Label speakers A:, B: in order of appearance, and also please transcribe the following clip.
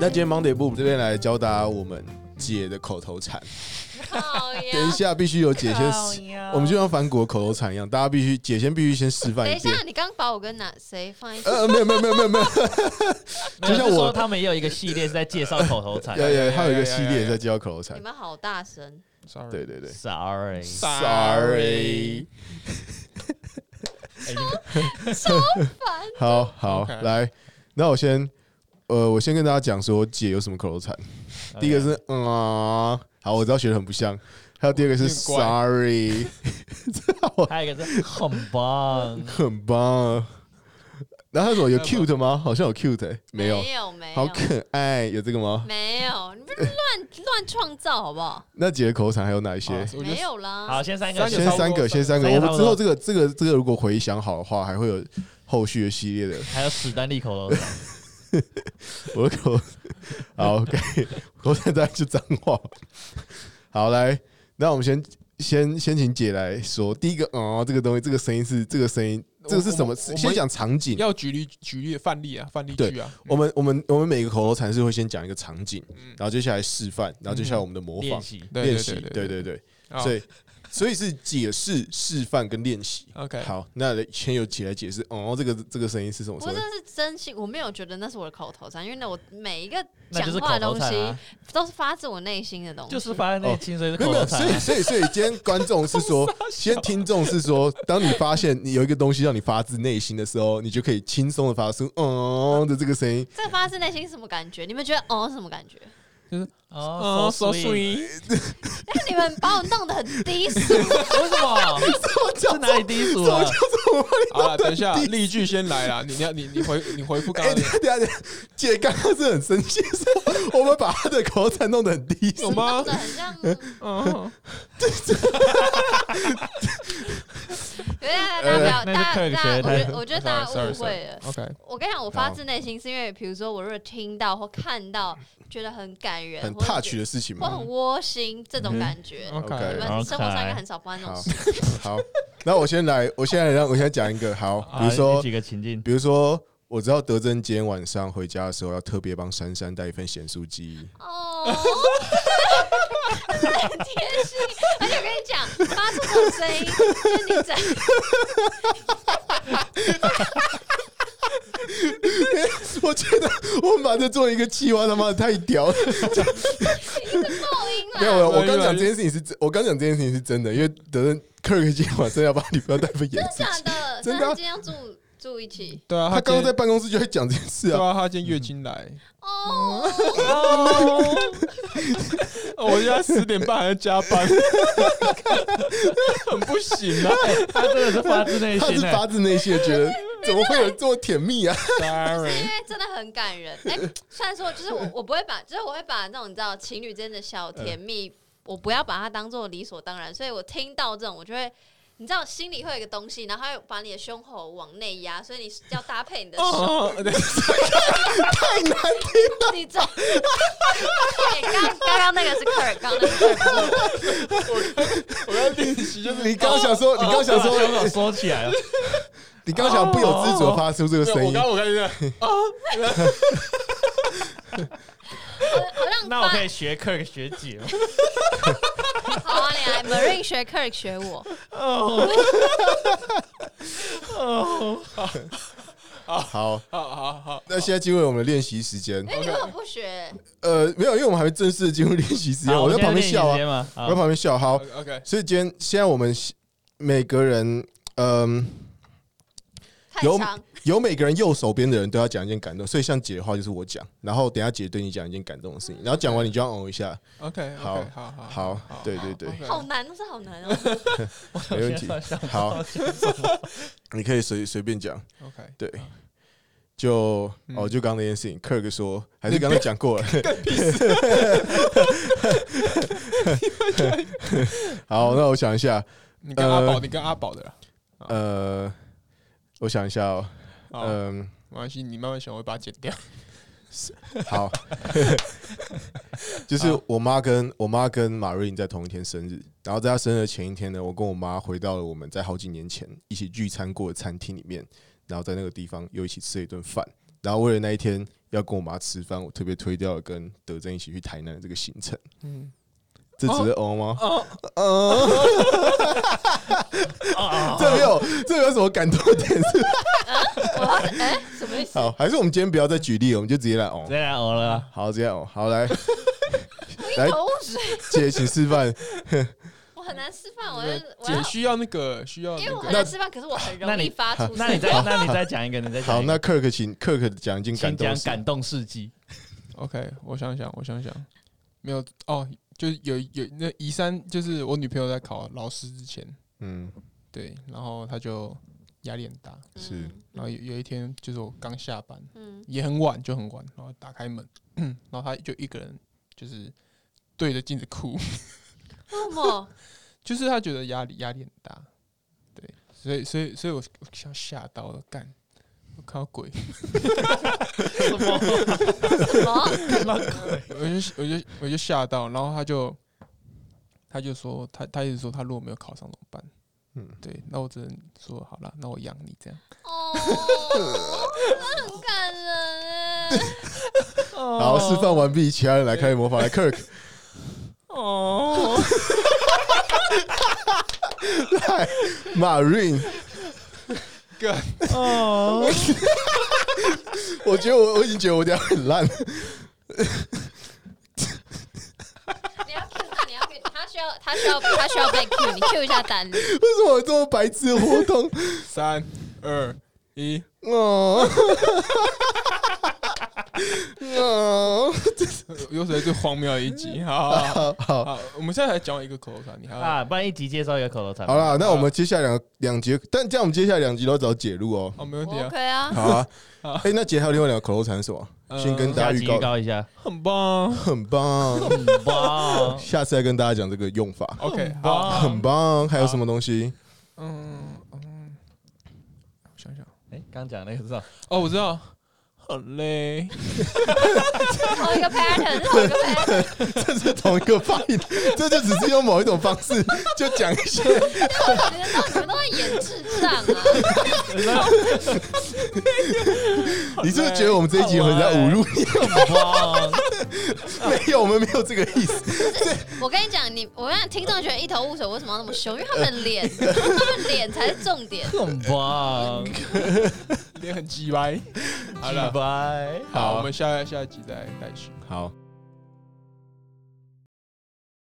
A: 那今天 Monday 部这边来教大家我们姐的口头禅。
B: 靠呀
A: 等一下必须有姐先
C: 靠
A: 示，
C: 腰
A: 我们就像反骨的口头禅一样，大家必须姐先必须先示范
B: 等一
A: 一遍
B: 下，。你刚把我跟哪谁放一起？
A: 呃，没有没有没有没有没有，
D: 没有
A: 就像
D: 是
A: 我
D: 说他们也有一个系列是在介绍口头禅。
A: 有有，还有一个系
E: 有有
A: 列
E: 有
A: 在教口头禅
B: 你。们好大声！
E: Sorry
A: 对对对
D: Sorry，
A: ，Sorry，
E: 哎你
A: 好好
E: OK
A: 来，那我先，呃，我先跟大家讲说姐有什么口 头禅。第一个是
E: 哎
A: 嗯啊，好，我知道学的很不像。还有第二个是
E: 有点怪
A: Sorry，，
D: 还有一个是很棒
A: 很棒啊。然后他说有 cute 吗？好像有 cute，欸没有，
B: 没有，没有，
A: 好可爱，有这个吗？
B: 没有，你不是乱 乱创造好不好？
A: 那姐的口头禅还有哪一些
E: 好？我觉得
B: 没有啦。
D: 好，先三个
E: 三
D: 是
E: 个
A: 先三个，先三个。
D: 三个
A: 我
D: 差
A: 们
D: 不
A: 之
D: 多
A: 后这个这个这个，如果回想好的话，还会有后续的系列的。
D: 还有史丹利口头禅，
A: 我 的口好 OK，口 头禅大概就脏话。好，来，那我们先先先请姐来说第一个哦，这个东西，这个声音是这个声音，这个是什么？
E: 我
A: 是
E: 我
A: 先讲场景。
E: 要举例举例范例啊，范例句啊，
A: 我们我们我们每个口头禅是会先讲一个场景，
E: 嗯
A: 然后接下来示范，然后接下来我们的模
D: 练
A: 仿
D: 习
E: 对
A: 练习，对
E: 对
A: 对对，
E: 好
A: 所以所以是解释、示范跟练习。
E: OK
A: 好，那先由姐来解释哦，这个这个声音是什么
B: 不
A: 声
B: 过
A: 音
B: 这？是真心，我没有觉得那是我的口头禅，因为呢，我每一个
D: 那
B: 讲
D: 就是
B: 话的
D: 口头
B: 东
D: 禅
B: 西
D: 啊，
B: 都是发自我内心的东西。
D: 就是发现那清水是
A: 没有没
D: 口头
A: 有，所
D: 禅
A: 以
D: 啊。
A: 所以所以今天观众是 说，今天听众是说，当你发现你有一个东西让你发自内心的时候，你就可以轻松的发出嗯的这个声音。
B: 这发自内心是什么感觉？你们觉得哦是什么感觉？
D: 哦
E: 嗯
D: so sweet，
B: 哎，你们把我弄得很低俗，
D: 为什么？是哪里低俗啊了？
E: 好了，等一下，例句先来啦。你你要你你回你回复刚
A: 哎，
E: 刚
A: 等一下等一下等一下，姐刚刚是很生气，说我们把她的口头禅弄得很低俗
E: 有。吗
B: 弄？得很像。
E: 嗯，
B: 对大家不要，
D: 那是
B: 大
D: 克
B: 家
D: 里
B: 大
D: 学
B: 家，
D: 的
B: 我觉得我觉得大家
E: Sorry, sorry,
B: 误会了。
E: OK，
B: 我跟你讲，我发自内心是因为，比如说我如果听到或看到，觉得很感人，
A: 很
B: 或者
A: touch 的事情
B: 或
A: 嘛。
B: 很窝心这种感觉。
E: OK，
B: 你
A: OK
B: 们生活上应该很少发生这种
A: 好
B: 事。，
A: 好，那我先来，我现在让我先讲一个好，比如
D: 好
E: 啊
A: 说，
D: 几个情境，
A: 比如说，我知道德珍今天晚上回家的时候要特别帮珊珊带一份咸酥鸡。
B: 哦，很贴心。而且我跟你讲，发出这种声音，就是你在
A: 我觉得我们把这做一个计划，他妈的太屌 了！
B: 噪音
A: 没有，
B: 啦。
A: 没有哎我刚讲这件事情是真，我刚讲这件事情是真的，因为德仁克尔克今天晚上要把女朋友带回演示
B: 真， 的假的？
A: 真
B: 真
A: 的啊
B: 的今天要住住一起
E: 对啊，
A: 他刚刚在
E: 在
A: 办公室就在讲这件事
E: 对
A: 啊。
E: 啊，他今天月经来，
B: 哦。
A: 嗯
E: 哦我现在十点半还在加班， 很不行啊。
D: 他真的是发自内
A: 他是
D: 心的。
A: 发自内心的觉得，怎么会有这么甜蜜啊？
B: 因
E: Sorry，
B: 为真的很感人。哎、虽然说就是我我不会把，就是我会把那种你知道情侣之间的小
A: 嗯
B: 甜蜜，我不要把它当做理所当然。所以我听到这种，我就会。你知道心里会有一个东西，然后它会把你的胸口往内压，所以你要搭配你的手，
E: 哦，对
A: 太难听，
B: 你 这。哎刚刚刚那个是科尔，刚刚那个是科尔，
E: 我要练习就是
A: 你刚刚想说，你刚刚想
D: 哦我把
A: 说，
D: 手收起来了，
A: 你刚刚想不由自主地发出这个
E: 对
A: 声
E: 我
A: 音
E: 刚，刚我刚才这样，
B: 好像
D: 那我可
B: 发
D: 以学 Kirk 学姐吗？
B: 好啊，你来 Marine 学科尔学我，
A: 好。
E: 好好好，
A: 那现在进入我们的练习时间，
B: 哎，你为什么不学？
A: 呃，没有，因为我们还没正式地进入练习时间，
D: 好
A: 我在旁边笑啊，
D: 我
A: 我
D: 们现在练习时间
A: 在
D: 嘛
A: 旁边笑。好，
E: OK，
A: 所以今天现在我们每个人，嗯、
B: 太
A: 有
B: 长，
A: 有每个人右手边的人都要讲一件感动，所以像姐的话就是我讲，然后等一下姐对你讲一件感动的事情，然后讲完你就要哦一下，
E: OK，
A: 好
E: 好好
A: 好，对对对，
B: 好难，都是好难哦。
D: 好
A: 没问题
D: 我现在想，
A: 好， 你可以随随便讲，
E: ，OK，
A: 对，就哦就刚刚那件事情，Kirk 说还是刚刚讲过 了， 好，那我想一下，
E: 你跟阿宝，你跟阿宝的啦，
A: 呃，我想一下哦，
E: 好，没
A: 嗯、
E: 关系，你慢慢想，我会把它剪掉。
A: 好，就是我妈跟我妈跟马瑞颖在同一天生日，然后在她生日的前一天呢，我跟我妈回到了我们在好几年前一起聚餐过的餐厅里面，然后在那个地方又一起吃了一顿饭，然后为了那一天要跟我妈吃饭，我特别推掉了跟德珍一起去台南的这个行程。
E: 嗯，
A: 这只是哦吗？
E: 哦，
A: 这没有，这有什么感动的点？
B: 我要哎、什么意思？
A: 好，还是我们今天不要再举例了，我们就直接来哦
D: 直。接来熬了啊，
A: 好，直接哦，好 来，
B: 我
A: 来
B: 一头雾水，
A: 姐，请示 范。
B: 我很难示范，我要
E: 那个
B: 我
E: 姐
B: 要，
E: 需要那个需要
B: 因为我很
E: 那个
B: 难示范，可是我很
D: 那
B: 容
D: 你
B: 易发出。
D: 那你再那你再讲一个，你再讲
A: 好，
D: 一
A: 那
D: 个
A: Kirk 请 Kirk 讲一件感
D: 请
A: 动
D: 讲
A: 的事。
D: 感动事迹，
E: OK，我想想，我想想，没有哦，就是有有那宜山，就是我女朋友在考老师之前，
A: 嗯，
E: 对，然后她就压力很大，
A: 是
E: 然后有有一天就是我刚下班，
B: 嗯，
E: 也很晚，就很晚，然后打开门， 然后她就一个人就是对着镜子哭，
B: 为什么？
E: 就是她觉得压力压力很大，对，所以所以所以我我吓吓到了，干，我看到鬼，
D: 什么
B: 什么？
E: 我就我就我就吓到，然后他就他就说他他一直说他如果没有考上怎么办？
A: 嗯
E: 嗯，对，那我只能说好了，那我养你这样。
B: 哦， 那很感人哎。
A: 好，示范完毕，其他人来开魔法。来，Kirk，
E: 哦，
A: 来，Marine，
E: 干，
D: 哦，
A: 我觉得我我已经觉得我这样很烂。
B: 你要 Q 他，你要 Q 他，需要他需要他需要被 Q，你 Q 一下丹尼。
A: 为什么有这么白痴的活动？
E: 三二一，
A: 哦， 哦，
E: 又是最荒谬的一 集。好好好
A: 好好
E: 好，我们现在才讲一个口头禅，你还要
D: 啊，不然一集介绍一个口头禅吧。
A: 好啦，那我们接下来两两节，但这样我们接下来两集都要找解路哦。
E: 哦， 没问题
B: 我
E: 啊，
B: OK 啊，
A: 好 啊
E: 好，
A: 哎，那姐还有另外两个口头禅是什么？
E: 呃
A: 先跟大
D: 下
A: 家
D: 集
A: 预
D: 预
A: 告，
D: 告一 下，
E: 很棒啊。
A: 很棒，
D: 很棒，
A: 下次再跟大家讲这个用法，
E: OK，
D: 很
E: 好，
D: 棒，
A: 很。棒。还有什么东西？
E: 嗯嗯，我想想，
D: 哎，刚讲那个是 吧？
E: 哦，我知道，很累，
B: 同一个 pattern，同一个 pattern，
A: 这是同一个发音， 这就只是用某一种方式就讲一 些。
B: 你们都你们都在演智障啊！
A: 你是不是觉得我们这一集很在侮辱你？
D: 很棒，
A: 没有，我们没有这个意思。
B: 我跟你讲，你我跟你讲，听众觉得一头雾水，为什么要那么凶？因为他们的脸， 他们脸才是重点。
D: 很棒。
E: 脸很鸡歪。好了
D: 拜，拜。
E: 好，
A: 好
E: 我们下下一集再再续。
A: 好。